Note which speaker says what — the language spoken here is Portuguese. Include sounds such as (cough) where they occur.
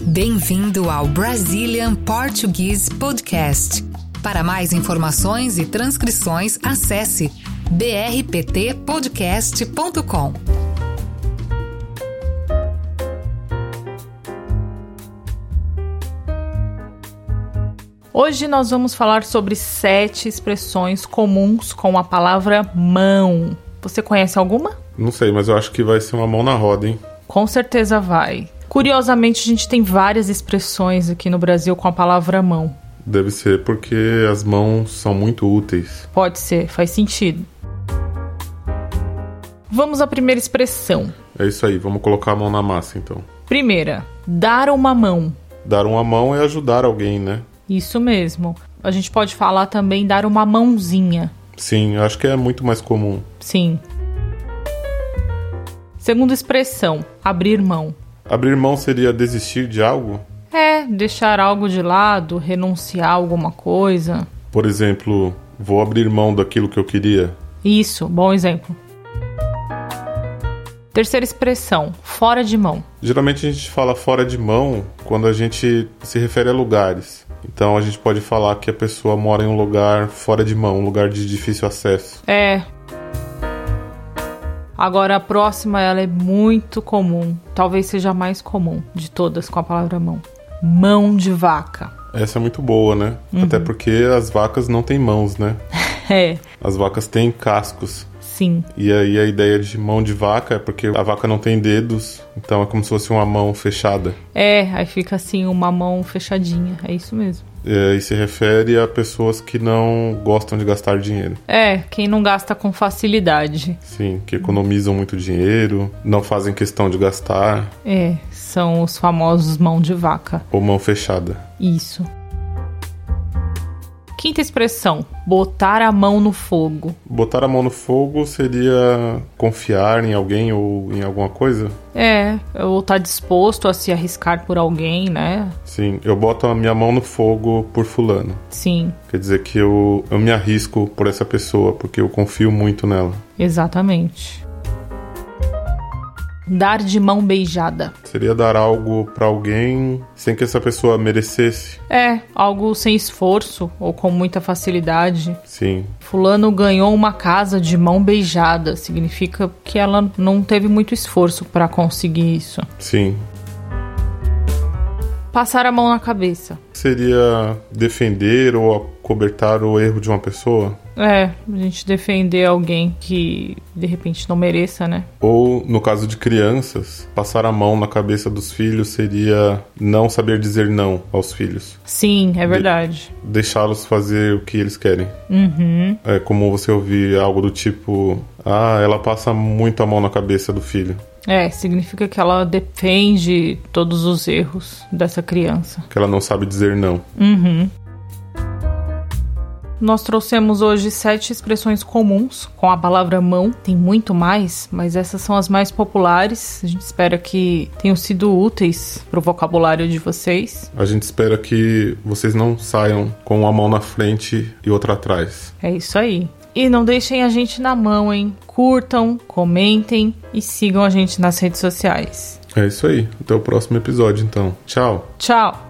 Speaker 1: Bem-vindo ao Brazilian Portuguese Podcast. Para mais informações e transcrições, acesse brptpodcast.com.
Speaker 2: Hoje nós vamos falar sobre sete expressões comuns com a palavra mão. Você conhece alguma?
Speaker 3: Não sei, mas eu acho que vai ser uma mão na roda, hein?
Speaker 2: Com certeza vai. Curiosamente, a gente tem várias expressões aqui no Brasil com a palavra mão.
Speaker 3: Deve ser porque as mãos são muito úteis.
Speaker 2: Pode ser, faz sentido. Vamos à primeira expressão.
Speaker 3: É isso aí, vamos colocar a mão na massa então.
Speaker 2: Primeira, dar uma mão.
Speaker 3: Dar uma mão é ajudar alguém, né?
Speaker 2: Isso mesmo. A gente pode falar também dar uma mãozinha.
Speaker 3: Sim, eu acho que é muito mais comum.
Speaker 2: Sim. Segunda expressão, abrir mão.
Speaker 3: Abrir mão seria desistir de algo?
Speaker 2: É, deixar algo de lado, renunciar a alguma coisa.
Speaker 3: Por exemplo, vou abrir mão daquilo que eu queria.
Speaker 2: Isso, bom exemplo. Terceira expressão, fora de mão.
Speaker 3: Geralmente a gente fala fora de mão quando a gente se refere a lugares. Então a gente pode falar que a pessoa mora em um lugar fora de mão, um lugar de difícil acesso.
Speaker 2: É. Agora a próxima ela é muito comum, talvez seja a mais comum de todas com a palavra mão. Mão de vaca. (laughs)
Speaker 3: Essa é muito boa, né? Até porque as vacas não têm mãos, né?
Speaker 2: É,
Speaker 3: As vacas têm cascos.
Speaker 2: sim,
Speaker 3: E aí a ideia de mão de vaca é porque a vaca não tem dedos, então é como se fosse uma mão fechada.
Speaker 2: é, aí fica assim uma mão fechadinha, é isso mesmo.
Speaker 3: É, e se refere a pessoas que não gostam de gastar dinheiro.
Speaker 2: É, quem não gasta com facilidade.
Speaker 3: Sim, que economizam muito dinheiro, não fazem questão de gastar,
Speaker 2: É, são os famosos mão de vaca.
Speaker 3: ou mão fechada.
Speaker 2: Isso. Quinta expressão: botar a mão no fogo.
Speaker 3: Botar a mão no fogo seria confiar em alguém ou em alguma coisa?
Speaker 2: É, ou tá disposto a se arriscar por alguém, né?
Speaker 3: Sim, eu boto a minha mão no fogo por fulano.
Speaker 2: Sim,
Speaker 3: Quer dizer que eu, eu me arrisco por essa pessoa, porque eu confio muito nela.
Speaker 2: exatamente. Dar de mão beijada.
Speaker 3: Seria dar algo pra alguém sem que essa pessoa merecesse?
Speaker 2: É, algo sem esforço ou com muita facilidade.
Speaker 3: Sim,
Speaker 2: Fulano ganhou uma casa de mão beijada. Significa que ela não teve muito esforço para conseguir isso.
Speaker 3: sim.
Speaker 2: Passar a mão na cabeça.
Speaker 3: Seria defender ou acobertar o erro de uma pessoa?
Speaker 2: É, a gente defender alguém que de repente não mereça, né?
Speaker 3: Ou, no caso de crianças, passar a mão na cabeça dos filhos seria não saber dizer não aos filhos.
Speaker 2: Sim, é verdade.
Speaker 3: Deixá-los fazer o que eles querem. É como você ouvir algo do tipo: Ah, ela passa muito a mão na cabeça do filho.
Speaker 2: É, significa que ela defende todos os erros dessa criança.
Speaker 3: Que ela não sabe dizer não.
Speaker 2: Nós trouxemos hoje sete expressões comuns com a palavra mão. Tem muito mais, mas essas são as mais populares. A gente espera que tenham sido úteis pro vocabulário de vocês.
Speaker 3: A gente espera que vocês não saiam com uma mão na frente e outra atrás.
Speaker 2: É isso aí. E não deixem a gente na mão, hein? Curtam, comentem e sigam a gente nas redes sociais.
Speaker 3: É isso aí. Até o próximo episódio, então. Tchau!
Speaker 2: Tchau!